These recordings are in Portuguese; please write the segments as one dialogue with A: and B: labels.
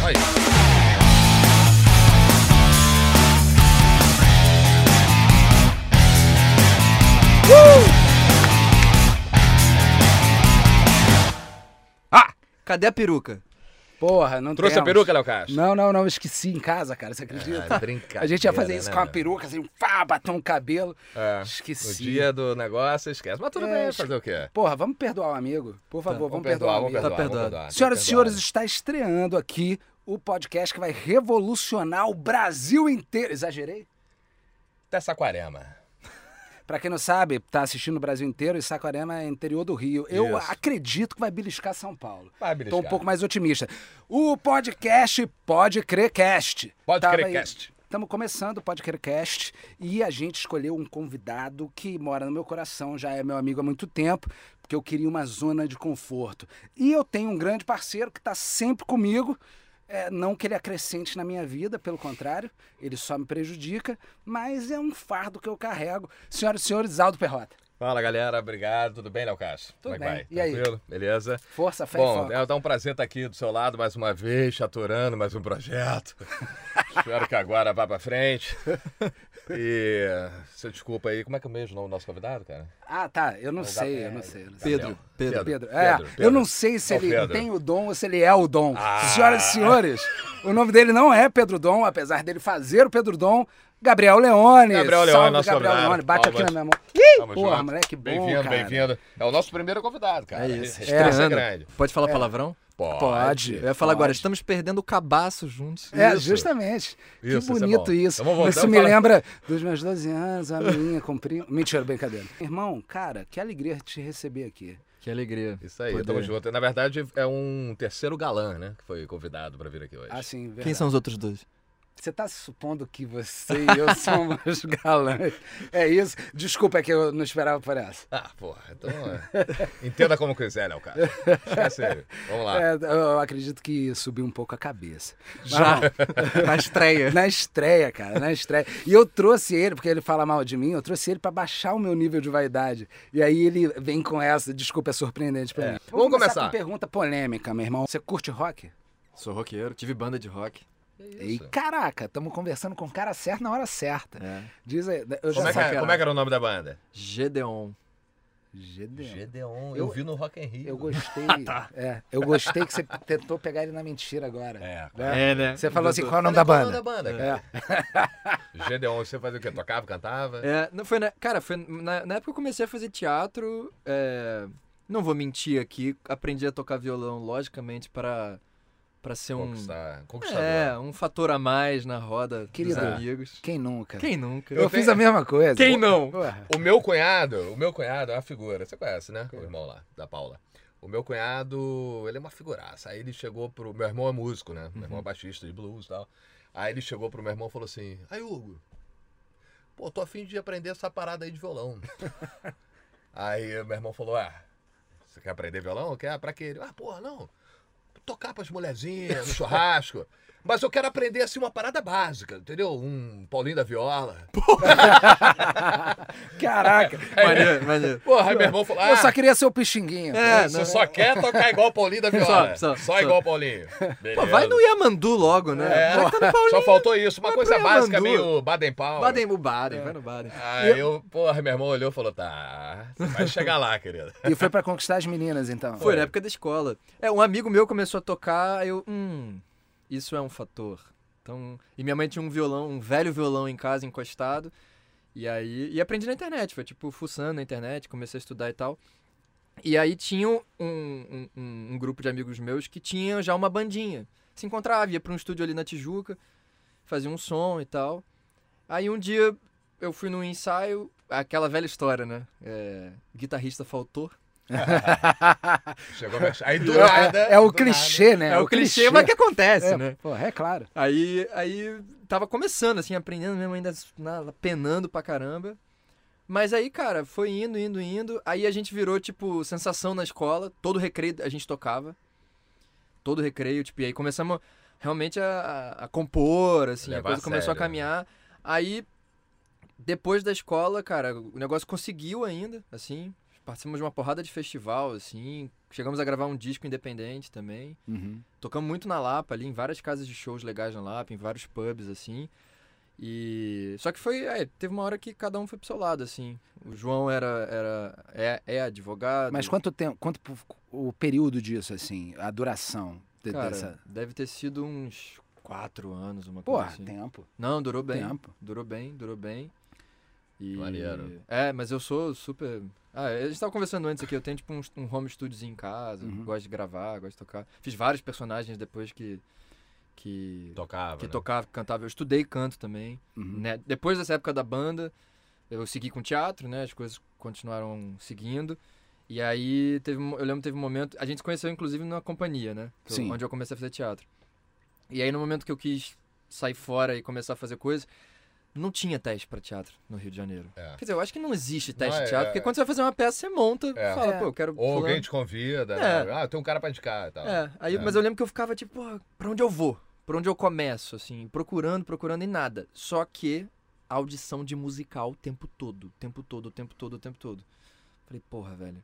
A: nóis. Ah!
B: Cadê a peruca?
C: Porra, não
A: Trouxe a
C: temos.
A: peruca, Léo Castro?
C: Não, não, não, esqueci em casa, cara, você acredita?
A: Ah, brincadeira,
C: a gente ia fazer isso
A: né,
C: com uma
A: meu?
C: peruca, assim, pá, batom no cabelo.
A: É,
C: Esqueci.
A: O dia do negócio, esquece. Mas tudo
C: É,
A: bem,
C: esque-
A: fazer o quê? Tá,
C: Porra, vamos perdoar o amigo? Por favor, vamos, perdoar, o
A: vamos
C: amigo.
A: perdoar,
B: Tá
A: vamos
B: perdoado.
A: perdoar.
C: Senhoras e
A: Tá
C: senhores,
A: perdoado.
C: está estreando aqui o podcast que vai revolucionar o Brasil inteiro. Exagerei?
A: Até Saquarema.
C: Pra quem não sabe, tá assistindo o Brasil inteiro e Saquarema é interior do Rio. Eu
A: Isso.
C: acredito que vai beliscar São Paulo.
A: Vai
C: Tô
A: beliscar.
C: um pouco mais otimista. O podcast Pode Crer Cast.
A: Pode
C: Tava
A: Crer
C: aí-
A: Cast.
C: Estamos começando o podcast e a gente escolheu um convidado que mora no meu coração, já é meu amigo há muito tempo, porque eu queria uma zona de conforto. E eu tenho um grande parceiro que está sempre comigo, é, não que ele acrescente na minha vida, pelo contrário, ele só me prejudica, mas é um fardo que eu carrego. Senhoras e senhores, Aldo Perrota.
A: Fala, galera. Obrigado. Tudo bem, Léo Castro?
C: Tudo
A: Como é que
C: bem.
A: vai?
C: E aí?
A: Tranquilo? Beleza?
C: Força, fé e
A: Bom,
C: foco.
A: é dá um prazer estar aqui do seu lado mais uma vez, chaturando mais um projeto. Espero que agora vá pra frente. E você desculpa aí, como é que eu mesmo o nome do nosso convidado, cara?
C: Ah, tá, eu
A: Não
C: não
A: dá-
C: sei,
A: é,
C: eu não sei. Eu não sei.
B: Pedro, Pedro.
C: Pedro. É,
A: Pedro,
C: eu
A: Pedro.
C: não sei se
A: É o
C: ele
A: Pedro.
C: tem o dom ou se ele é o dom.
A: Ah.
C: Senhoras e senhores, o nome dele não é Pedro Dom, apesar dele fazer o Pedro Dom. Gabriel Leone.
A: Gabriel Leone,
C: Salve,
A: nosso
C: Gabriel
A: convidado.
C: Leone. Bate aqui
A: Palmas.
C: na minha mão. Ih,
A: Tamo
C: porra,
A: junto.
C: moleque bom,
A: Bem-vindo,
C: cara.
A: bem-vindo. É o nosso primeiro convidado, cara.
B: É isso.
A: Estreia
B: Estreando.
A: grande. É.
B: Pode falar palavrão?
C: Pode.
B: Eu ia falar agora,
C: Pode.
B: estamos perdendo o cabaço juntos.
C: É,
A: Isso.
C: justamente.
A: Isso,
C: que
A: isso é
C: bonito
A: bom.
C: isso.
A: Então vamos
C: isso
A: voltar
C: me
A: a falar.
C: lembra dos meus 12 anos, a minha comprei. Mentira, brincadeira. Irmão, cara, que alegria te receber aqui.
B: Que alegria.
A: Isso aí,
B: poder.
A: tamo junto. Na verdade, é um terceiro galã, né? Que foi convidado pra vir aqui hoje.
C: Assim, verdade.
B: Quem são os outros dois?
C: Você tá supondo que você e eu somos galãs. É isso? Desculpa, é que eu não esperava por essa.
A: Ah, porra, então. é. Entenda como quiser, Léo Castro. Esquece ele. Vamos lá.
C: É, eu acredito que subiu um pouco a cabeça. Mas,
B: Já.
C: ó,
B: Na estreia.
C: Na estreia, cara, na estreia. E eu trouxe ele, porque ele fala mal de mim, eu trouxe ele pra baixar o meu nível de vaidade. E aí ele vem com essa, desculpa, é surpreendente pra mim.
A: Vamos
C: Com
A: começar.
C: uma pergunta polêmica, meu irmão. Você curte rock?
B: Sou roqueiro, tive banda de rock.
C: E caraca, estamos conversando com o cara certo na hora certa.
B: É.
C: Diz aí, eu já
A: Como é, que,
C: saquei.
A: como é que é? era o nome da banda?
B: Gedeon.
C: Gedeon.
A: Gedeon.
C: Eu-
A: vi no Rock and Rio.
C: Eu gostei.
A: Ah, tá.
C: é, eu gostei que você tentou pegar ele na mentira agora.
A: É.
C: Né?
B: né?
C: Você falou assim, qual é
A: Qual
C: o nome da
A: é o nome da
C: banda?
A: banda, cara?
C: É.
A: Gedeon, você fazia o quê? Tocava, cantava?
B: É, não foi na, cara, foi na, na época que eu comecei a fazer teatro. é, não vou mentir aqui, aprendi a tocar violão, logicamente, para para ser um.
A: Conquistar. Conquistador.
B: É, um fator a mais na roda
C: Querido.
B: dos amigos.
C: Quem nunca?
B: Quem nunca?
C: Eu,
A: É. Eu
C: fiz
A: tenho-
C: a mesma coisa.
B: Quem não?
C: Porra.
A: O meu cunhado, o meu cunhado é uma figura. Você conhece, né? O irmão lá, da Paula. O meu cunhado, ele é uma figuraça. Aí ele chegou pro. Meu irmão é músico, né? Meu irmão é baixista de blues e tal. Aí ele chegou pro meu irmão e falou assim: Aí, Hugo, pô, tô afim de aprender essa parada aí de violão. aí meu irmão falou: Ah, você quer aprender violão? Quer? Pra quê? Ele, ah, porra, não. Tocar pras mulherzinhas, no churrasco. Mas eu quero aprender assim uma parada básica, entendeu? Um Paulinho da Viola.
C: Caraca.
B: Maneiro, maneiro.
A: Porra, aí meu irmão falou: Ah,
C: Eu só queria ser o Pixinguinha.
B: É,
A: Você
B: não,
A: só quer tocar igual o Paulinho da Viola.
B: Só, só,
A: Só,
B: só.
A: igual o Paulinho.
B: Pô, vai no Yamandu logo, né?
A: É.
B: Vai tá no Paulinho.
A: Só faltou isso, uma
B: Vai
A: coisa
B: pro
A: básica,
B: Yamandu.
A: meio Baden Powell.
B: Baden o Baden, vai no Baden.
A: Aí eu, porra, meu irmão olhou e falou: tá, você vai chegar lá, querida.
C: E foi pra conquistar as meninas, então.
B: Foi na época da escola. É, um amigo meu começou a tocar, aí eu, hum, isso é um fator. Então, e minha mãe tinha um violão, um velho violão em casa encostado. E aí, e aprendi na internet, foi tipo fuçando na internet, comecei a estudar e tal. E aí tinha um, um, um- um grupo de amigos meus que tinha já uma bandinha. Se encontrava, ia pra um estúdio ali na Tijuca, fazia um som e tal. Aí um dia eu fui num ensaio, aquela velha história, né? É, guitarrista faltou.
A: Chegou a Aí do nada.
C: É, é o
A: do
C: clichê, né?
B: É, o clichê, mas que acontece,
C: É,
B: né?
C: Porra, é claro.
B: Aí, aí tava começando, assim, aprendendo mesmo, ainda na- penando pra caramba. Mas aí, cara, foi indo, indo, indo. Aí a gente virou, tipo, sensação na escola. Todo recreio a gente tocava. Todo recreio, tipo, e aí começamos realmente a, a- a compor, assim, a
A: Levar
B: coisa
A: a
B: começou a
A: sério, né?
B: caminhar. Aí, depois da escola, cara, o negócio conseguiu ainda, assim. participamos de uma porrada de festival, assim. Chegamos a gravar um disco independente também.
C: Uhum.
B: Tocamos muito na Lapa ali, em várias casas de shows legais na Lapa, em vários pubs, assim. E. Só que foi. é, teve uma hora que cada um foi pro seu lado, assim. O João era. era é, é advogado.
C: Mas quanto tempo, quanto po- o período disso, assim, a duração de-
B: Cara, assim,
C: dessa.
B: deve ter sido uns quatro anos, uma coisa
C: Porra,
B: assim.
C: tempo.
B: Não, durou bem.
C: Tempo.
B: Durou bem, durou bem. E...
A: Maneiro.
B: É, mas eu sou super. Ah, a gente tava conversando antes aqui, eu tenho tipo um, um home studiozinho em casa,
C: Uhum.
B: gosto de gravar, gosto de tocar. Fiz vários personagens depois que. que.
A: Tocava.
B: que
A: né? Hum.
B: tocava, que cantava. Eu estudei canto também.
C: Uhum.
B: né? Depois dessa época da banda, eu segui com teatro, né? As coisas continuaram seguindo. E aí teve, um- eu lembro que teve um momento, a gente se conheceu inclusive na companhia, né? Que eu-
C: Sim.
B: Onde eu comecei a fazer teatro. E aí no momento que eu quis sair fora e começar a fazer coisas, não tinha teste pra teatro no Rio de Janeiro.
A: É.
B: Quer dizer, eu acho que não existe teste
A: Não, é-
B: de teatro, porque quando você vai fazer uma peça, você monta,
A: É.
B: fala,
C: É.
B: pô, eu quero
A: Ou
B: fulano.
A: alguém te convida.
B: É.
A: né? Ah, tem um cara pra indicar e tal.
B: É, aí,
A: É.
B: mas eu lembro que eu ficava tipo, pô, pra onde eu vou? Pra onde eu começo, assim, procurando, procurando e nada. Só que audição de musical o tempo todo, o tempo todo, o tempo todo, o tempo todo. Falei, porra, velho.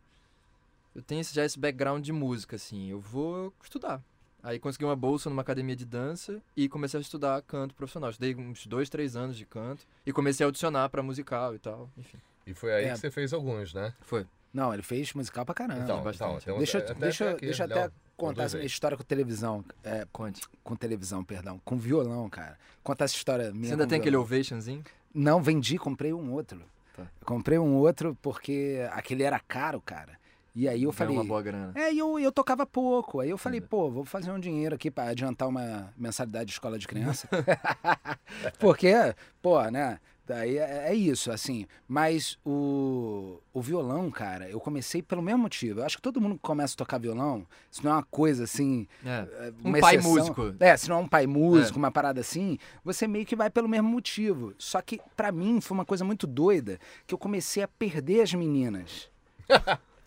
B: Eu tenho esse- já esse background de música, assim, eu vou estudar. Aí consegui uma bolsa numa academia de dança e comecei a estudar canto profissional. Estudei uns dois, três anos de canto e comecei a audicionar pra musical e tal, enfim.
A: E foi aí
C: É.
A: que você fez alguns, né?
B: Foi.
C: Não, ele fez musical pra caramba.
A: então,
B: bastante.
A: então, tem uns-
C: deixa eu,
A: até-
C: deixa, eu-
A: até aqui,
C: deixa eu
A: Léo,
C: até contar
A: dois
C: essa minha
A: aí.
C: história com televisão. É,
B: Conte.
C: com televisão, perdão. Com violão, cara. Contar essa história minha.
B: Você ainda
C: com
B: tem aquele
C: violão.
B: ovationzinho?
C: Não, vendi, comprei um outro.
B: Tá.
C: Comprei um outro porque aquele era caro, cara. E aí eu
B: Ganhou
C: falei.
B: uma boa grana.
C: É, e eu, eu tocava pouco. Aí eu falei,
B: Entendi.
C: pô, vou fazer um dinheiro aqui pra adiantar uma mensalidade de escola de criança. Porque, pô, né? Daí é, é isso, assim. Mas o, o violão, cara, eu comecei pelo mesmo motivo. Eu acho que todo mundo que começa a tocar violão, se não é uma coisa assim.
B: É.
C: é,
B: Um
C: uma
B: pai
C: exceção-
B: músico.
C: É, se não é um pai músico, uma parada assim, você meio que vai pelo mesmo motivo. Só que, pra mim, foi uma coisa muito doida que eu comecei a perder as meninas.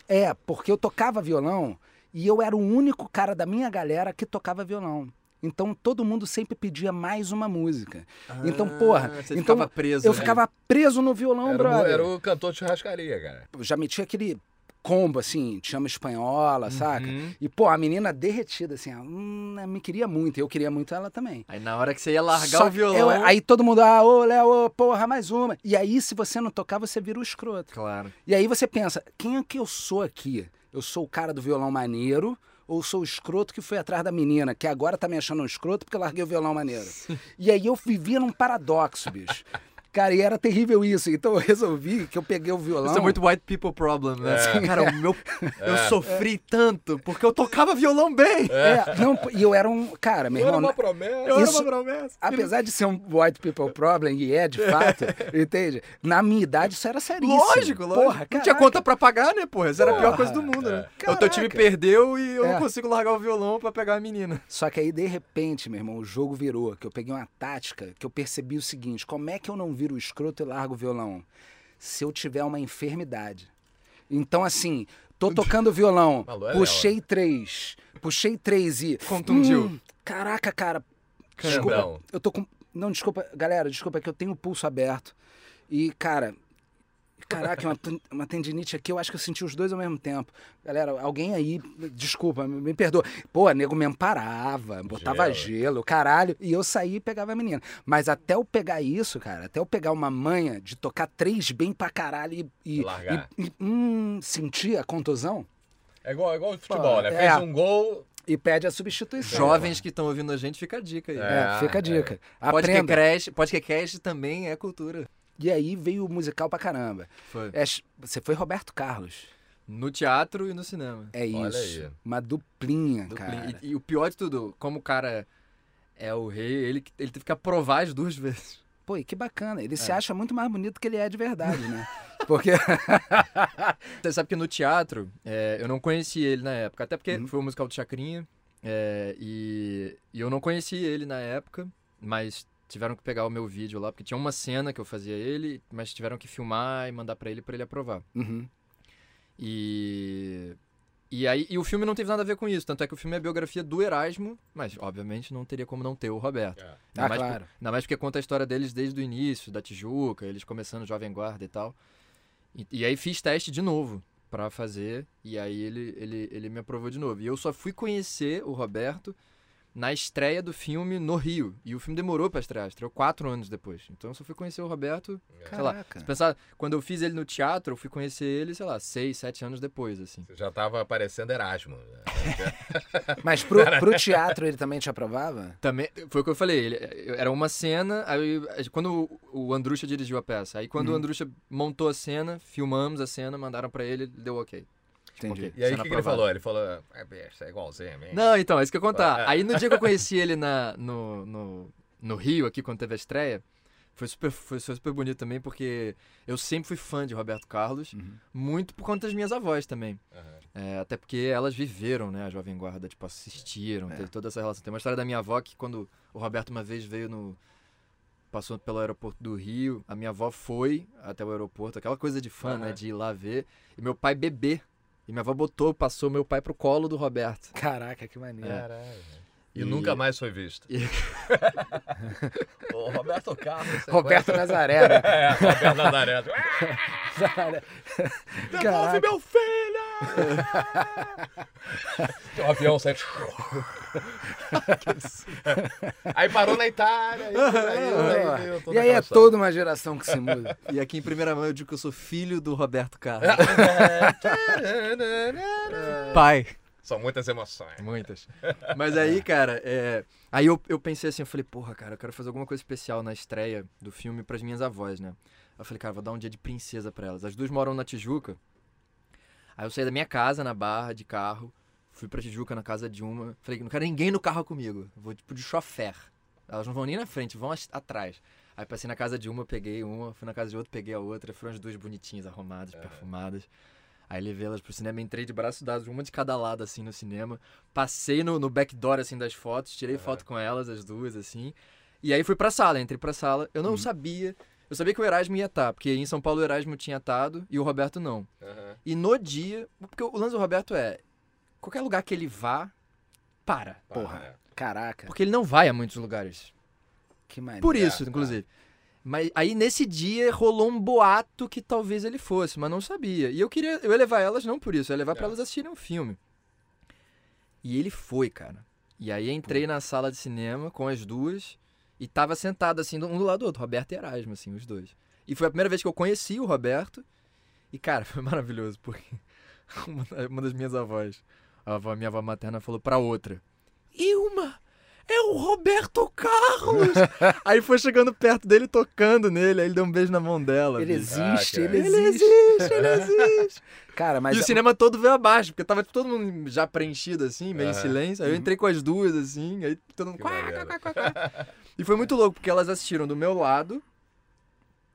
C: É, porque eu tocava violão e eu era o único cara da minha galera que tocava violão. Então todo mundo sempre pedia mais uma música. Então, porra,
B: Ah, você
C: então
B: ficava preso.
C: Eu
B: né?
C: ficava preso no violão,
A: Era, o-
C: brother.
A: era o cantor de churrascaria, cara.
C: Eu Já metia aquele combo assim, te chama espanhola, saca?
B: Uhum.
C: E, pô, a menina derretida, assim, ah, hum, me queria muito, eu queria muito ela também.
B: Aí na hora que você ia largar
C: Só
B: o
C: que
B: violão.
C: eu- aí todo mundo, ah, ô, Léo, ô, porra, mais uma. E aí, se você não tocar, você vira o escroto.
B: Claro.
C: E aí você pensa, quem é que eu sou aqui? Eu sou o cara do violão maneiro ou sou o escroto que foi atrás da menina, que agora tá me achando um escroto porque eu larguei o violão maneiro? E aí eu vivia num paradoxo, bicho. Cara, e era terrível isso. Então eu resolvi que eu peguei o violão.
B: Isso é muito white people problem, né?
A: É.
B: Cara, o meu. Eu sofri tanto porque eu tocava violão bem.
C: É, não, e eu era um. Cara, meu
A: Eu era
C: irmão.
A: uma promessa.
B: Eu
C: Isso-
B: era uma promessa.
C: Apesar de ser um white people problem, e é de fato, entende? Na minha idade isso era seríssimo.
B: Lógico, lógico.
C: Porra,
B: não
C: cara.
B: tinha conta pra pagar, né, porra? Essa era a pior
C: Porra.
B: coisa do mundo, né?
C: É.
B: O teu time
C: Caraca.
B: perdeu e eu
C: É.
B: não consigo largar o violão pra pegar a menina.
C: Só que aí, de repente, meu irmão, o jogo virou, que eu peguei uma tática, que eu percebi o seguinte, como é que eu não viro o escroto e largo o violão? Se eu tiver uma enfermidade. Então, assim, tô tocando violão,
A: Malu é
C: puxei três, puxei três e...
B: Contundiu.
C: Hum, caraca, cara, desculpa,
A: Candão.
C: eu tô com... Não, desculpa, galera, desculpa, é que eu tenho o pulso aberto. E, cara, caraca, uma, ten- uma tendinite aqui, eu acho que eu senti os dois ao mesmo tempo. Galera, alguém aí, desculpa, me, me perdoa. Pô, nego me amparava, botava
A: Gelo.
C: gelo, caralho. E eu saía e pegava a menina. Mas até eu pegar isso, cara, até eu pegar uma manha de tocar três bem pra caralho e. e-
A: Largar.
C: e- e, hum, sentir a contusão
A: É igual, é igual futebol, né?
C: É.
A: Fez um gol.
C: e pede a substituição.
B: Jovens que estão ouvindo a gente, fica a dica aí.
A: É.
C: É, fica a dica.
B: Pode que
C: Aprenda.
B: creche, pode que creche também é cultura.
C: E aí veio o musical pra caramba.
B: Foi.
C: É, você foi Roberto Carlos.
B: No teatro e no cinema.
C: É
A: Olha
C: isso.
A: aí.
C: Uma duplinha,
B: Do
C: cara.
B: Plin- E, e o pior de tudo, como o cara é o rei, ele, ele teve que aprovar as duas vezes.
C: Pô, e que bacana. Ele se acha muito mais bonito que ele é de verdade, né? Porque.
B: Você sabe que no teatro, é, eu não conheci ele na época, até porque foi o musical do Chacrinha, é, e, e eu não conheci ele na época, mas tiveram que pegar o meu vídeo lá, porque tinha uma cena que eu fazia ele, mas tiveram que filmar e mandar pra ele, pra ele aprovar.
C: Uhum.
B: E. E, aí, e o filme não teve nada a ver com isso, tanto é que o filme é a biografia do Erasmo, mas obviamente não teria como não ter o Roberto.
A: É.
C: Ah,
B: mais por-
C: claro.
B: Ainda mais porque conta a história deles desde o início, da Tijuca, eles começando Jovem Guarda e tal. E, e aí fiz teste de novo. pra fazer. E aí ele, ele, ele me aprovou de novo. E eu só fui conhecer o Roberto na estreia do filme no Rio. E o filme demorou pra estrear, estreou quatro anos depois. Então eu só fui conhecer o Roberto,
C: É.
B: sei lá.
C: Caraca.
B: Se pensar, quando eu fiz ele no teatro, eu fui conhecer ele, sei lá, seis, sete anos depois, assim.
A: Você já tava aparecendo Erasmo. né?
C: Mas pro, pro teatro ele também te aprovava?
B: Também, foi o que eu falei, ele- eu- era uma cena, aí eh, quando o, o Andrucha dirigiu a peça, aí quando o Andrucha montou a cena, filmamos a cena, mandaram pra ele, ele deu ok.
C: Entendi.
B: Ok,
A: E aí o
B: cena
A: que, que ele
B: aprovada.
A: falou? Ele falou, é besta, é igualzinho a mim.
B: Não, então, é isso que eu ia contar.
A: É.
B: Aí no dia que eu conheci ele na, no, no, no Rio, aqui, quando teve a estreia, foi super, foi, foi super bonito também, porque eu sempre fui fã de Roberto Carlos, muito por conta das minhas avós também.
A: Uhum. Aham.
B: É, até porque elas viveram, né, a Jovem Guarda, tipo,
A: É.
B: assistiram, teve toda essa relação. Tem uma história da minha avó que quando o Roberto uma vez veio no... Passou pelo aeroporto do Rio, a minha avó foi até o aeroporto, aquela coisa de fã, né,
A: Aham.
B: de ir lá ver. E meu pai bebê. E minha avó botou, passou meu pai pro colo do Roberto.
C: Caraca, que maneiro.
A: Caralho. É. E,
B: E-
A: nunca mais foi visto.
B: E-
A: Ô, Roberto Carlos. você
C: Roberto Nazaré, né?
A: É, Roberto Nazaré. Ah,
C: Caraca.
A: Devolve meu filho! Tem um avião saindo. aí parou na Itália. Aí, aí, aí, eu tô
C: Uhum, e
A: na
C: aí é
A: calçada.
C: toda uma geração que se muda.
B: E aqui em primeira mão eu digo que eu sou filho do Roberto Carlos. Pai.
A: São muitas emoções.
B: Muitas. Mas aí, cara, é, aí eu, eu pensei assim, eu falei, porra, cara, eu quero fazer alguma coisa especial na estreia do filme pras minhas avós, né? Eu falei, cara, vou dar um dia de princesa pra elas. As duas moram na Tijuca. Aí eu saí da minha casa na Barra de carro, fui pra Tijuca na casa de uma. Falei, não quero ninguém no carro comigo. Eu Vou tipo de chofer. Elas não vão nem na frente, vão as- atrás. Aí passei na casa de uma, peguei uma, fui na casa de outra, peguei a outra. Foram as duas bonitinhas, arrumadas, perfumadas. Aí levei elas pro cinema, entrei de braços dados, uma de cada lado, assim, no cinema. Passei no, no backdoor, assim, das fotos, tirei foto com elas, as duas, assim. E aí fui pra sala, entrei pra sala. Eu não sabia. Eu sabia que o Erasmo ia estar, porque em São Paulo o Erasmo tinha atado e o Roberto não.
A: Aham.
B: E no dia. Porque o lance do Roberto é. Qualquer lugar que ele vá, para.
C: Porra. Caraca,
B: Porque ele não vai a muitos lugares.
C: que maneiro.
B: Por
A: É,
B: isso,
A: é.
B: inclusive. Mas aí nesse dia rolou um boato que talvez ele fosse, mas não sabia. E eu queria. Eu ia levar elas não por isso, eu ia levar pra
A: É.
B: elas assistirem um filme. E ele foi, cara. E aí entrei na sala de cinema com as duas e tava sentado assim, um do lado do outro, Roberto e Erasmo, assim, os dois. E foi a primeira vez que eu conheci o Roberto. E, cara, foi maravilhoso, porque uma, da- uma das minhas avós, a avó- minha avó materna, falou pra outra: Ilma, é o Roberto Carlos! aí foi chegando perto dele, tocando nele, aí ele deu um beijo na mão dela.
C: Ele
B: bicho.
C: existe,
A: Ah,
C: ele
A: cara.
B: Ele
C: existe.
B: existe, ele existe.
C: Cara, mas
A: é
B: e o cinema todo veio abaixo, porque tava todo mundo já preenchido, assim, meio em
A: Aham. Uhum.
B: silêncio. Aí eu entrei com as duas, assim, aí todo mundo.
A: Que
B: "Quá,
A: maneiro.
B: quá, quá, quá, quá". E foi muito louco, porque elas assistiram do meu lado.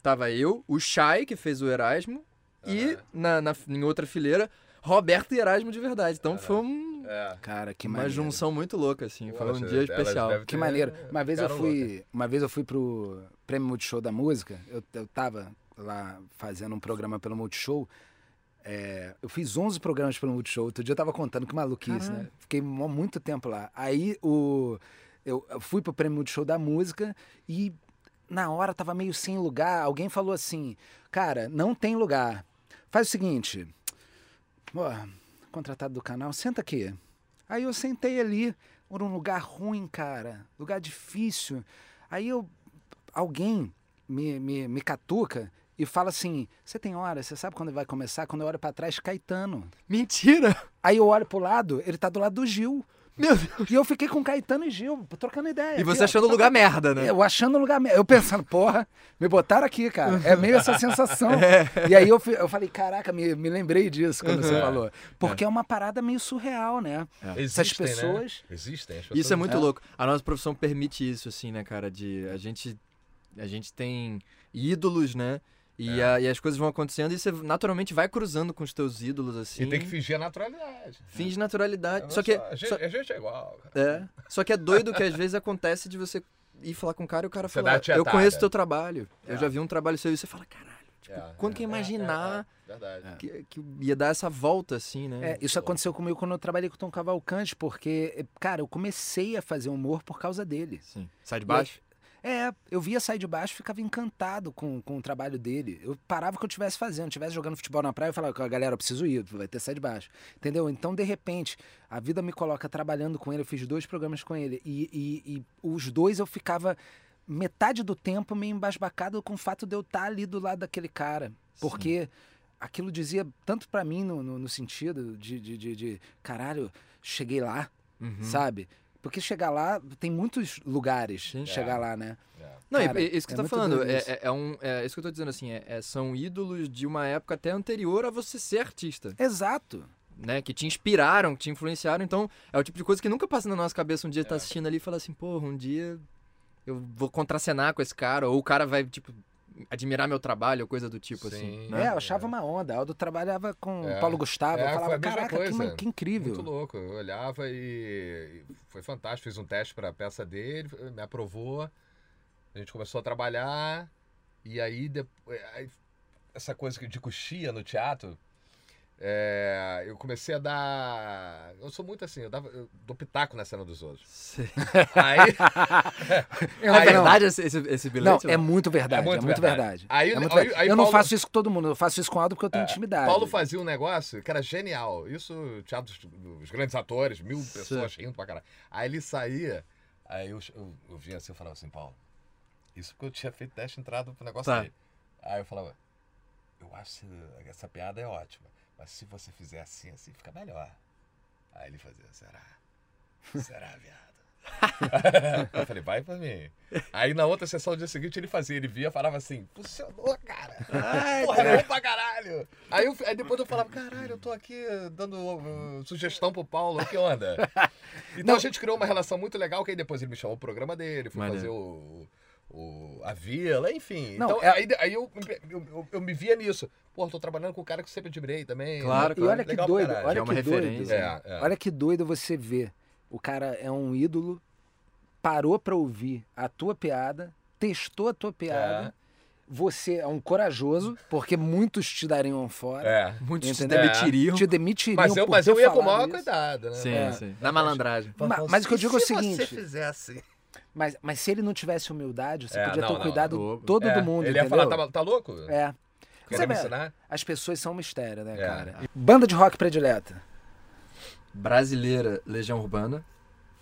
B: Tava eu, o Shai, que fez o Erasmo, e
A: Aham.
B: na, na- em outra fileira, Roberto e Erasmo de verdade. Então foi um-
A: É.
C: cara, que
B: uma
C: maneiro.
B: junção muito louca, assim. Foi um
A: Elas-
B: dia
A: elas
B: especial.
A: devem
C: Que
A: ter-
C: maneiro. Uma vez eu
A: ficaram loucas.
C: fui, uma vez eu fui pro Prêmio Multishow da Música. Eu, eu tava lá fazendo um programa pelo Multishow. É, eu fiz 11 programas pelo Multishow. Outro dia eu tava contando que maluquice, né?
B: Caralho.
C: Fiquei mó- muito tempo lá. Aí o eu eu fui pro Prêmio Multishow da Música e na hora tava meio sem lugar. Alguém falou assim: "Cara, não tem lugar. Faz o seguinte, ó, contratado do canal, senta aqui. Aí eu sentei ali, era um lugar ruim, cara, lugar difícil. Aí eu, alguém me, me, me catuca e fala assim: Você tem hora, você sabe quando vai começar? Quando eu olho pra trás, Caetano.
B: Mentira!
C: Aí eu olho pro lado, ele tá do lado do Gil.
B: Meu Deus!
C: E eu fiquei com Caetano e Gil, trocando ideia.
B: E
C: aqui,
B: você
C: ó.
B: achando o lugar merda, né?
C: Eu achando o lugar. me- Eu pensando, porra, me botaram aqui, cara. É meio essa sensação. E aí eu, fi- eu falei, caraca, me, me lembrei disso quando você
A: Uhum.
C: falou. Porque é. uma parada meio surreal, né? Essas
A: Existem, né?
C: pessoas-
A: Existem. as pessoas
B: Isso é muito
C: É.
B: louco. A nossa profissão permite isso, assim, né, cara? De a gente, a gente tem ídolos, né? E,
A: É.
B: a- e as coisas vão acontecendo e você naturalmente vai cruzando com os teus ídolos, assim.
A: E tem que fingir a naturalidade.
B: Finge naturalidade.
A: Olha
B: Só que,
A: a, gente,
B: só,
A: a gente é igual. cara.
B: é, só que é doido que às vezes acontece de você ir falar com o cara e o cara
A: Você
B: falar,
A: dá a
B: eu conheço
A: tietada."
B: o teu trabalho, eu
A: É.
B: já vi um trabalho seu e você fala, caralho, tipo,
A: É,
B: quando
A: é,
B: que
A: é,
B: eu ia imaginar
A: é, é, verdade.
B: Que, que ia dar essa volta assim, né?
C: É, isso aconteceu comigo quando eu trabalhei com o Tom eh, Cavalcante, porque, cara, eu comecei a fazer humor por causa dele.
B: Sim. Sai de baixo?
C: É, eu via sair de baixo e ficava encantado com, com o trabalho dele. Eu parava o que eu estivesse fazendo, estivesse jogando futebol na praia, eu falava, galera, eu preciso ir, vai ter sair de baixo. Entendeu? Então, de repente, a vida me coloca trabalhando com ele, eu fiz dois programas com ele. E, e, e os dois eu ficava metade do tempo meio embasbacado com o fato de eu estar ali do lado daquele cara. Porque aquilo dizia tanto pra mim no, no- no sentido de, de, de- de, caralho, cheguei lá,
B: Uhum.
C: sabe? Porque chegar lá, tem muitos lugares
B: Sim.
C: chegar lá, né?
A: É.
B: Não, e-
C: Cara,
B: e- isso
C: é
B: que eu tô
C: muito
B: falando,
C: doido
B: é,
C: isso.
B: é- é um, é isso que eu tô dizendo, assim, é- é- são ídolos de uma época até anterior a você ser artista,
C: Exato.
B: né? Que te inspiraram, que te influenciaram, então é o tipo de coisa que nunca passa na nossa cabeça um dia tá
A: É.
B: assistindo ali e falar assim, porra, um dia eu vou contracenar com esse cara, ou o cara vai, tipo, admirar meu trabalho, ou coisa do tipo, assim.
A: Sim.
B: né?
C: É, eu achava uma onda. Aldo trabalhava com
A: É.
C: Paulo Gustavo.
A: É,
C: eu
A: foi
C: falava,
A: a mesma
C: caraca, que,
A: coisa.
C: ma- que incrível.
A: Muito louco. Eu olhava e e foi fantástico. Fiz um teste para a peça dele, me aprovou. A gente começou a trabalhar. E aí, depois, essa coisa que- de coxia no teatro, é, eu comecei a dar. Eu sou muito assim, eu, dava, eu dou pitaco na cena dos outros.
B: Sim.
A: Aí,
B: É
A: Aí,
B: verdade esse, esse, esse
C: Não,
B: bilhete?
C: é muito verdade. É muito, verdade.
A: Aí,
C: É muito
A: aí-
C: verdade.
A: aí
C: eu não
A: Paulo-
C: faço isso com todo mundo, eu faço isso com o Aldo porque eu tenho intimidade.
A: Paulo fazia um negócio que era genial. Isso, teatro dos dos grandes atores, mil
B: Sim.
A: pessoas rindo pra caralho. Aí ele saía, aí eu, eu, eu vinha assim e falava assim, Paulo, isso porque eu tinha feito teste de entrada pro negócio
B: Tá.
A: dele. Aí eu falava, eu acho que essa piada é ótima, mas se você fizer assim, assim, fica melhor. Aí ele fazia, será? Será, viado? eu falei, vai pra mim. Aí na outra sessão, no dia seguinte, ele fazia, ele via, falava assim, funcionou, cara. Porra, é bom pra caralho. Aí, eu- aí depois eu falava, caralho, eu tô aqui dando uh, sugestão pro Paulo, que onda? Então a gente criou uma relação muito legal, que aí depois ele me chamou pro programa dele, foi
B: Maneiro.
A: fazer o, o- a vila, enfim.
C: Não,
A: então
C: é-
A: aí, aí eu, eu, eu- eu me via nisso. Porra, tô trabalhando com um cara que eu sempre admirei também.
B: Claro,
A: né?
C: E olha que
A: Legal pra
C: doido,
A: caralho.
B: Já é
C: olha
B: uma
C: que doido.
B: referência.
A: É, é.
C: Olha que doido você ver. O cara é um ídolo, parou pra ouvir a tua piada, testou a tua
A: É.
C: piada. Você é um corajoso, porque muitos te dariam fora.
A: É.
B: Muitos te
C: Entendeu?
B: demitiriam.
C: Te demitiriam
A: Mas eu,
C: por
A: mas
C: ter
A: eu ia com o
C: falado
A: maior
C: isso.
A: cuidado, né?
B: Sim,
A: É.
B: sim. Na malandragem.
C: Ma- mas o que eu digo é o seguinte-
A: fizer assim.
C: Mas, mas se ele não tivesse humildade, você
A: É,
C: podia
A: não,
C: ter o
A: não,
C: cuidado
B: não.
C: todo
A: É,
C: do mundo,
A: Ele ia
C: entendeu?
A: falar, tá, tá louco?
C: É.
A: Quer
C: Sabe,
A: me ensinar?
C: As pessoas são um mistério, né,
A: É.
C: cara? E Banda de rock predileta.
B: Brasileira, Legião Urbana.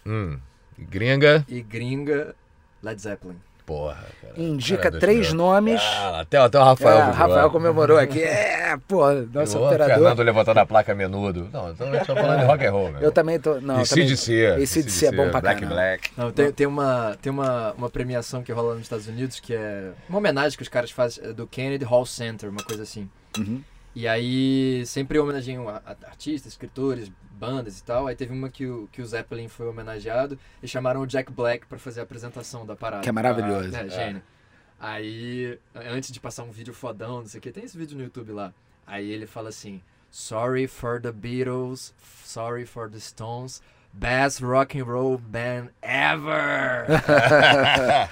A: Hum. Gringa.
B: E gringa, Led Zeppelin.
A: Porra, cara.
C: Indica
A: Cara, Deus
C: três
A: meu.
C: nomes.
A: Ah, até, até o Rafael.
C: É,
A: vibrou.
C: Rafael comemorou aqui. É, pô, nosso
A: O
C: operador. É.
A: Fernando levantando a placa menudo. Não, então a gente tá falando de rock and roll, meu.
C: Eu também tô. Não, eu
A: E
C: também...
A: CDC.
C: E CDC é bom pra
A: Black
C: caramba.
A: Black.
B: Não, tem, tem, uma, tem uma, uma premiação que rola nos Estados Unidos que é uma homenagem que os caras fazem é do Kennedy Hall Center, uma coisa assim.
C: Uhum.
B: E aí sempre homenageiam a- a- artistas, escritores, bandas e tal. Aí teve uma que o, que o Zeppelin foi homenageado e chamaram o Jack Black pra fazer a apresentação da parada.
C: Que é maravilhoso.
B: É, gênio. Aí, antes de passar um vídeo fodão, não sei o que, tem esse vídeo no YouTube lá. Aí ele fala assim: Sorry for the Beatles, sorry for the Stones, best rock and roll band ever!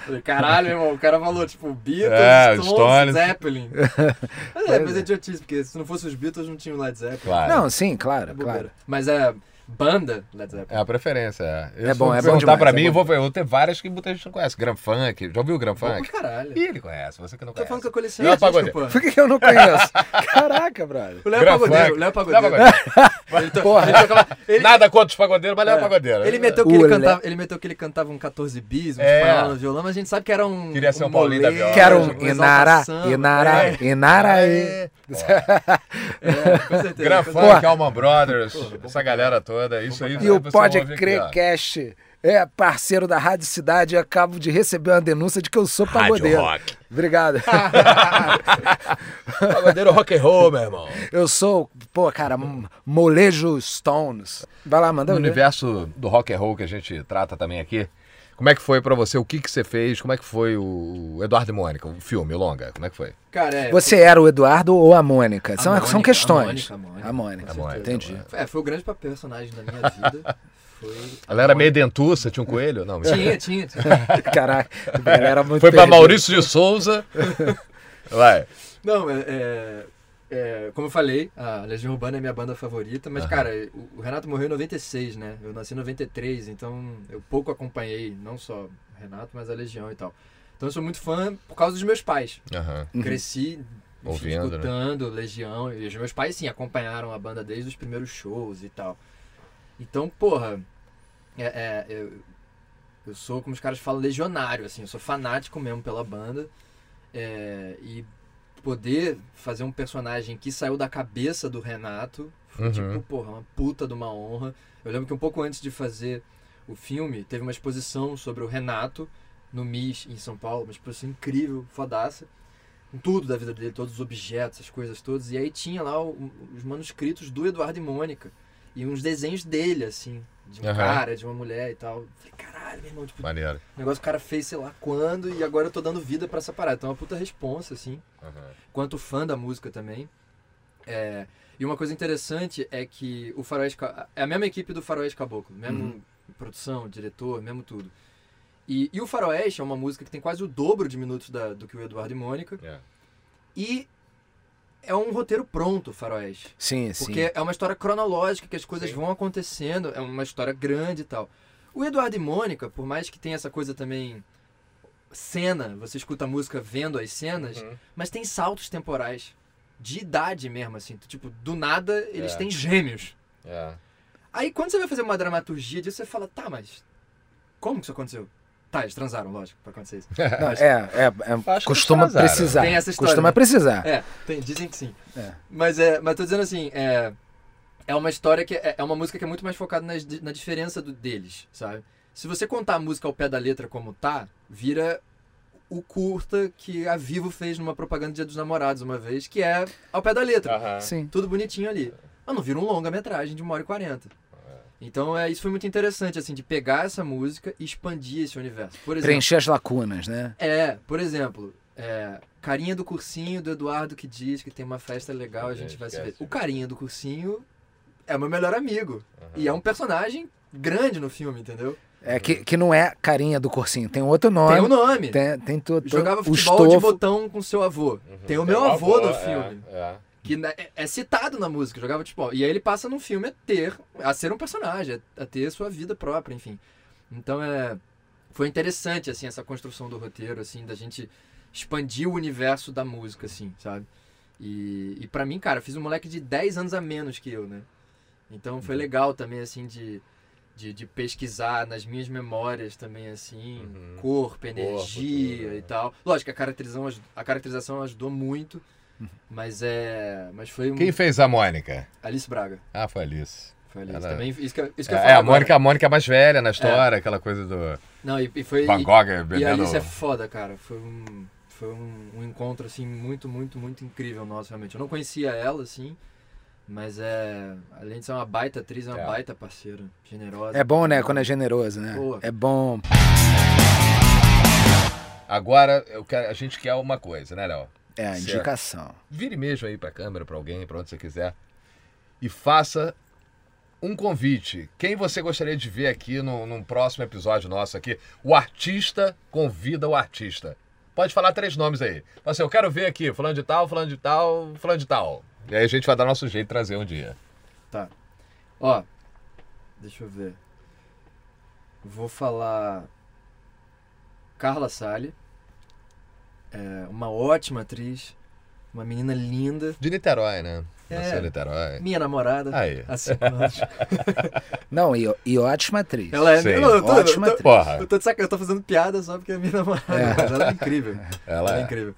B: Falei, Caralho, meu irmão, o cara falou, tipo, Beatles,
A: É,
B: Stones,
A: Stones.
B: Zeppelin. Mas é, mas é idiotice, porque se não fosse os Beatles, não tinha o Led Zeppelin.
A: Claro.
C: Não, sim,
B: É
C: claro,
B: bobeira.
C: claro.
B: Mas é banda Led Zeppelin.
A: É a preferência. É,
C: É bom, é bom
A: perguntar
C: demais,
A: pra
C: é
A: mim,
C: bom
A: eu vou, eu vou ter várias que muita gente não conhece. Gram Funk. Já ouviu o Gram
B: Bom
A: É, Funk?
B: pra caralho. Tá,
A: Ih, ele conhece, você que não
B: Tô
A: conhece.
C: Tá
B: falando que eu coleciono
A: Não,
B: artista,
A: pagode.
B: pô.
C: Por que que eu não conheço? Caraca, brother.
B: é O Léo é
A: Grafana.
B: Pagodeiro, o Léo é Pagodeiro.
A: Não, mas-
B: Ele to-
C: Porra.
B: ele tocava- ele-
A: Nada contra os pagodeiros, mas ele é,
B: É.
A: pagodeiro.
B: Ele meteu, que
C: O
B: ele,
C: Lé-
B: cantava, ele meteu que ele cantava um 14 bis, um
A: É.
B: espanhol no violão, mas a gente sabe que era um.
A: Queria ser
B: um
A: um Paulinho da
B: molejo,
A: viola.
C: Quero
A: Exalta
C: um Inara,
B: exalta samba.
A: né?
B: né?
C: Inara,
A: É.
C: Inara aí.
B: É, com certeza.
A: Gran
B: com
A: Funk, Alman Brothers, essa galera toda, isso aí.
C: E o
A: você
C: Pode
A: ouve aqui, ó.
C: Crer Cast é parceiro da Rádio Cidade e acabo de receber uma denúncia de que eu sou pagodeiro.
A: Rock.
C: Obrigado.
A: Pagodeiro É rock and roll, meu irmão.
C: eu sou, pô, cara, m- molejo Stones. Vai lá, manda
A: No
C: eu ver.
A: universo do rock and roll que a gente trata também aqui, como é que foi pra você? O que que você fez? Como é que foi o Eduardo e Mônica, o filme, o longa? Como é que foi?
B: Cara, é,
C: Você era o Eduardo ou a Mônica? São,
B: A
C: são
B: Mônica,
C: questões.
B: a Mônica,
C: A
B: a
C: Mônica.
A: A Mônica,
C: Entendi.
A: a Mônica.
B: foi- é, foi o grande papel personagem da minha vida. Foi.
A: Ela era meio dentuça, tinha um coelho? Não, mentira.
B: Tinha, tinha, tinha.
C: Caraca, ela era muito
A: Foi pra
C: perdida.
A: Maurício de Souza. Vai.
B: Não, é, é- é, Como eu falei, a Legião Urbana é minha banda favorita, mas, cara, o, o Renato morreu em 96, né? Eu nasci em 93, então eu pouco acompanhei, não só o Renato, mas a Legião e tal. Então eu sou muito fã por causa dos meus pais.
A: Aham.
C: Uhum.
B: Cresci enfim,
A: Ouvindo, né?
B: escutando Legião. E os meus pais, sim, acompanharam a banda desde os primeiros shows e tal. Então, porra, é, é, eu, eu sou, como os caras falam, legionário, assim. Eu sou fanático mesmo pela banda. É, e poder fazer um personagem que saiu da cabeça do Renato foi,
A: Uhum.
B: tipo, porra, uma puta de uma honra. Eu lembro que um pouco antes de fazer o filme, teve uma exposição sobre o Renato no MIS em São Paulo, uma exposição incrível, fodaça, com tudo da vida dele, todos os objetos, as coisas todas. E aí tinha lá o- os manuscritos do Eduardo e Mônica e uns desenhos dele, assim, de um
A: Aham.
B: cara, de uma mulher e tal. Eu Falei, caralho, meu irmão, tipo,
A: Maneiro.
B: o negócio que o cara fez sei lá quando e agora eu tô dando vida pra essa parada. Então é uma puta responsa, assim
A: Aham.
B: quanto fã da música também. É, e uma coisa interessante é que o Faroeste Ca- é a mesma equipe do Faroeste Caboclo, mesmo produção, diretor, mesmo tudo. E, e o Faroeste é uma música que tem quase o dobro de minutos da- do que o Eduardo e Mônica.
A: É.
B: E é um roteiro pronto, o Faroeste.
C: Sim, sim.
B: Porque é uma história cronológica, que as coisas
A: Sim.
B: vão acontecendo, é uma história grande e tal. O Eduardo e Mônica, por mais que tenha essa coisa também cena, você escuta a música vendo as cenas,
A: Uhum.
B: mas tem saltos temporais de idade mesmo, assim. Tipo, do nada eles
A: É.
B: têm gêmeos.
A: É.
B: Aí quando você vai fazer uma dramaturgia disso, você fala, tá, mas como que isso aconteceu? Tá, eles transaram, lógico, pra acontecer isso.
C: Não, é, é, é
A: eles
C: costuma
A: transaram.
C: precisar.
B: Tem essa história,
C: Costuma
B: né?
C: precisar.
B: É, tem- dizem que sim.
C: É.
B: Mas, é, mas tô dizendo assim, é, é uma história que é, é uma música que é muito mais focada nas di- na diferença do- deles, sabe? Se você contar a música ao pé da letra como tá, vira o curta que a Vivo fez numa propaganda do Dia dos Namorados uma vez, que é ao pé da letra.
A: Aham.
C: Sim.
B: Tudo bonitinho ali. Mas não vira um longa-metragem de uma hora e quarenta. Então é, isso foi muito interessante, assim, de pegar essa música e expandir esse universo. Por exemplo,
C: Preencher as lacunas, né?
B: é, por exemplo, é, carinha do cursinho do Eduardo que diz que tem uma festa legal a gente vai se ver.
A: É, Esquece.
B: O carinha do cursinho é meu melhor amigo.
A: Aham.
B: E é um personagem grande no filme, entendeu?
C: É que, que não é carinha do cursinho, tem outro nome.
B: Tem um o nome.
C: Tem, tem todo.
B: Jogava
C: o
B: futebol de
C: estofo.
B: botão com seu avô.
A: Uhum.
B: Tem o meu avô no
A: é,
B: filme.
A: É.
B: Que na- é- é citado na música, jogava futebol. E aí ele passa no filme a ter, a ser um personagem, a a ter sua vida própria, enfim. Então é. Foi interessante, assim, essa construção do roteiro, assim, da gente expandir o universo da música, assim, sabe? E, e para mim, cara, eu fiz um moleque de 10 anos a menos que eu, né? Então foi
A: Uhum.
B: legal também, assim, de, de, de pesquisar nas minhas memórias também, assim,
A: Uhum.
B: corpo,
A: Corpo,
B: energia
A: tudo, né?
B: e tal. Lógico, a caracterização, aj- a caracterização ajudou muito, mas é. Mas foi um.
A: Quem fez a Mônica?
B: Alice Braga.
A: Ah, foi a Alice.
B: Foi Alice
A: Ela-
B: também. Isso que, eu- isso que eu ia
A: É,
B: falar
A: a
B: agora.
A: Mônica, a Mônica é mais velha na história, aquela coisa do
B: Não, e, e foi.
A: Van
B: e-
A: Gogh
B: E a
A: bebendo.
B: Alice é foda, cara. Foi um, foi um, um encontro, assim, muito, muito, muito incrível nosso, realmente. Eu não conhecia ela, assim, mas é... Além de ser uma baita atriz, é uma
A: É.
B: baita parceira. Generosa.
C: É bom, né? Quando é generoso, né?
B: Boa.
C: É bom.
A: Agora, eu quero- a gente quer uma coisa, né, Léo?
C: É, a
A: Certo.
C: indicação.
A: Vire mesmo aí pra câmera, pra alguém, pra onde você quiser. E faça um convite. Quem você gostaria de ver aqui no, num próximo episódio nosso aqui? O artista convida o artista. Pode falar três nomes aí. Fala assim, eu quero ver aqui, fulano de tal, fulano de tal, fulano de tal. E aí a gente vai dar nosso jeito de trazer um dia.
B: Tá. Ó, deixa eu ver. Vou falar... Carla Sale. É uma ótima atriz. Uma menina linda.
A: De Niterói, né?
B: É.
A: Nasceu em Niterói.
B: Minha namorada. assim,
A: Aí.
B: Há cinco anos.
C: Não, e, e ótima atriz.
B: Ela é...
A: Sim.
B: Não, eu tô- eu
C: Ótima
B: tô-
C: atriz.
A: Porra,
B: Eu tô, de saca- eu tô fazendo piada só porque é minha namorada,
C: É.
B: mas ela é incrível. Ela
A: ela
B: é
A: é
B: incrível.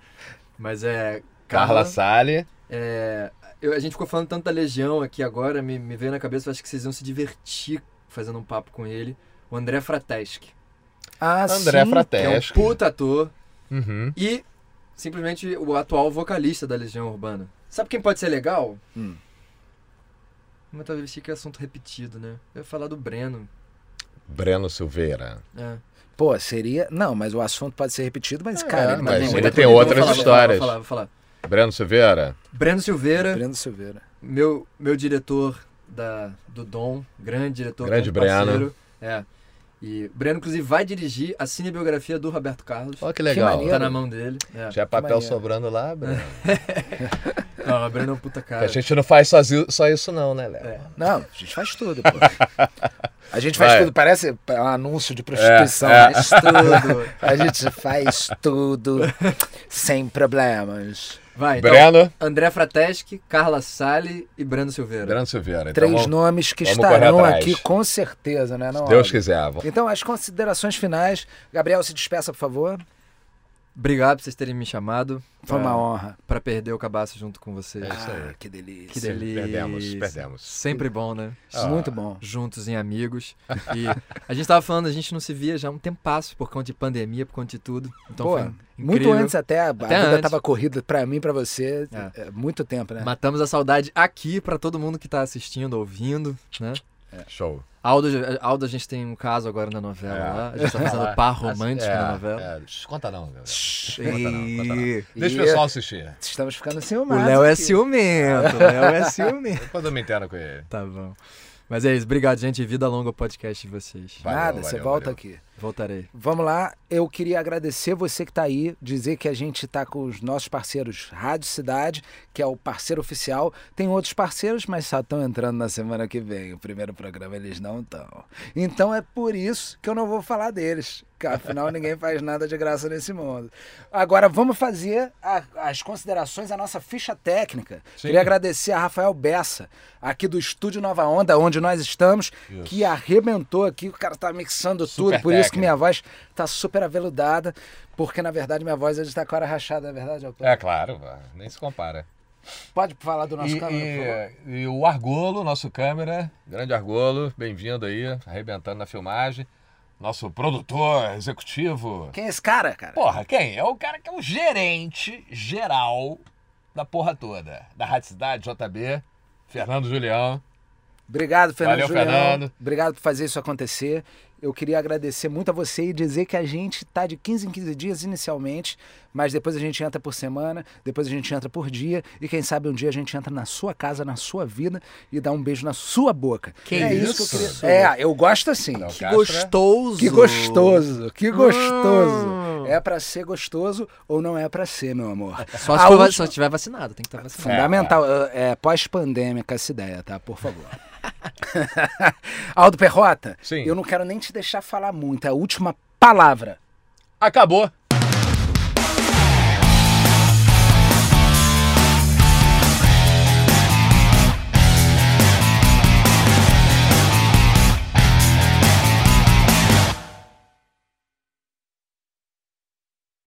B: Mas é.
A: Carla
B: Carla.
A: Sale.
B: é, eu- a gente ficou falando tanto da Legião aqui agora, me, me veio na cabeça, eu acho que vocês iam se divertir fazendo um papo com ele. O André Frateschi.
C: Ah,
A: André
C: sim.
B: que é um
A: Frateschi.
B: puta ator
A: Uhum.
B: e simplesmente o atual vocalista da Legião Urbana. Sabe quem pode ser legal?
C: Hum.
B: Mas talvez fique assunto repetido, né? Eu ia falar do Breno.
A: Breno Silveira.
B: É.
C: Pô, seria. Não, mas o assunto pode ser repetido, mas, cara, ele
A: mas
C: mandou
A: ele
C: muita
A: É, tem
C: coisa.
B: Vou
A: outras
B: falar, vou falar,
A: histórias.
B: Vou falar, vou falar.
A: Breno Silveira.
B: Breno Silveira.
C: Breno Silveira.
B: meu, meu diretor da, do Dom, grande diretor,
A: Grande
B: parceiro. É. E Breno, inclusive, vai dirigir a cinebiografia do Roberto Carlos.
A: Olha que legal.
C: maneiro.
B: Tá na mão dele. É.
A: Já é papel
C: maneiro.
A: sobrando lá, Breno.
B: Não, o Breno é um puta
A: Que a
B: cara.
A: gente não faz sozinho, só isso não, né, Léo?
B: É.
C: Não, a gente faz tudo, pô. A gente faz
A: Vai.
C: tudo, parece um anúncio de prostituição.
A: É, é.
C: Faz tudo. A gente faz tudo sem problemas.
B: Vai, então,
A: Breno.
B: André Frateschi, Carla Salles e Breno Silveira.
A: Breno Silveira. Então,
C: Três
A: vamos-
C: nomes que
A: vamos correr
C: estarão
A: atrás.
C: aqui com certeza, né? Não,
A: se Deus
C: Aldo?
A: quiser. vamos-
C: Então, as considerações finais. Gabriel, se despeça, por favor.
B: Obrigado por vocês terem me chamado.
C: Foi uma
B: pra-
C: honra.
B: Pra perder o cabaço junto com vocês.
A: É isso aí.
C: que delícia.
B: que
A: sim,
B: delícia.
A: perdemos, perdemos.
B: Sempre bom, né?
A: Ah.
C: Muito bom.
B: Juntos em amigos. E a gente tava falando, a gente não se via já há um tempasso por conta de pandemia, por conta de tudo. Então
C: Pô,
B: foi
C: Muito
B: incrível.
C: antes até, a vida
B: antes.
C: estava corrida pra mim, pra você,
B: É.
C: é, muito tempo, né?
B: Matamos a saudade aqui pra todo mundo que tá assistindo, ouvindo, né?
A: Show.
B: Aldo, Aldo, a gente tem um caso agora na novela
A: É.
B: lá. A gente tá fazendo
A: Ah,
B: par romântico
A: é,
B: na novela.
A: é, shh, conta não, meu.
C: Shhh.
A: Conta não, conta não.
B: E-
A: Deixa
C: E-
A: o pessoal assistir.
C: Estamos ficando
B: O
C: ciumados.
B: Léo é
C: aqui.
B: ciumento, o Léo é ciumento.
A: Depois eu me entendo com ele.
B: Tá bom. Mas é isso, obrigado, gente. Vida longa o podcast de vocês.
A: Valeu,
C: Nada, você
A: valeu,
C: volta
A: valeu.
C: aqui.
B: Voltarei.
C: Vamos lá, eu queria agradecer você que está aí, dizer que a gente está com os nossos parceiros Rádio Cidade, que é o parceiro oficial. Tem outros parceiros, mas só estão entrando na semana que vem. O primeiro programa eles não estão. Então é por isso que eu não vou falar deles, que afinal ninguém faz nada de graça nesse mundo. Agora vamos fazer a- as considerações, a nossa ficha técnica.
A: Sim.
C: Queria agradecer a Rafael Bessa, aqui do Estúdio Nova Onda, onde nós estamos, que arrebentou aqui. O cara tá mixando
A: Super
C: tudo, por isso que
A: técnico.
C: minha voz tá super aveludada, porque na verdade minha voz hoje tá com a hora rachada, na verdade. Alcântara?
A: É claro, nem se compara.
C: Pode falar do nosso
A: É. E, é.
C: canal, por favor.
A: e- e o Argolo, nosso câmera, grande Argolo, bem-vindo aí, arrebentando na filmagem. Nosso produtor executivo.
C: Quem é esse cara, cara?
A: Porra, quem? É o cara que é o gerente geral da porra toda. Da Rádio Cidade, JB, Fernando Julião.
C: Obrigado, Fernando
A: Valeu,
C: Julião.
A: Fernando.
C: Obrigado por fazer isso acontecer. Eu queria agradecer muito a você e dizer que a gente está de 15 em 15 dias inicialmente, mas depois a gente entra por semana, depois a gente entra por dia e quem sabe um dia a gente entra na sua casa, na sua vida e dá um beijo na sua boca.
B: Que
C: é
A: isso?
C: que eu queria... É, eu gosto assim.
A: Não,
B: Que
A: Castro, né?
B: gostoso!
C: Que gostoso, que gostoso.
B: Hum.
C: É pra ser gostoso ou não é pra ser, meu amor?
B: Só
C: A
B: se, for, va-
C: última-
B: só tiver vacinado, tem que estar vacinado.
C: Fundamental. É, pós-pandêmica essa ideia, tá? Por favor. Aldo Perrota,
A: Sim.
C: eu não quero nem te deixar falar muito. É a última palavra.
A: Acabou.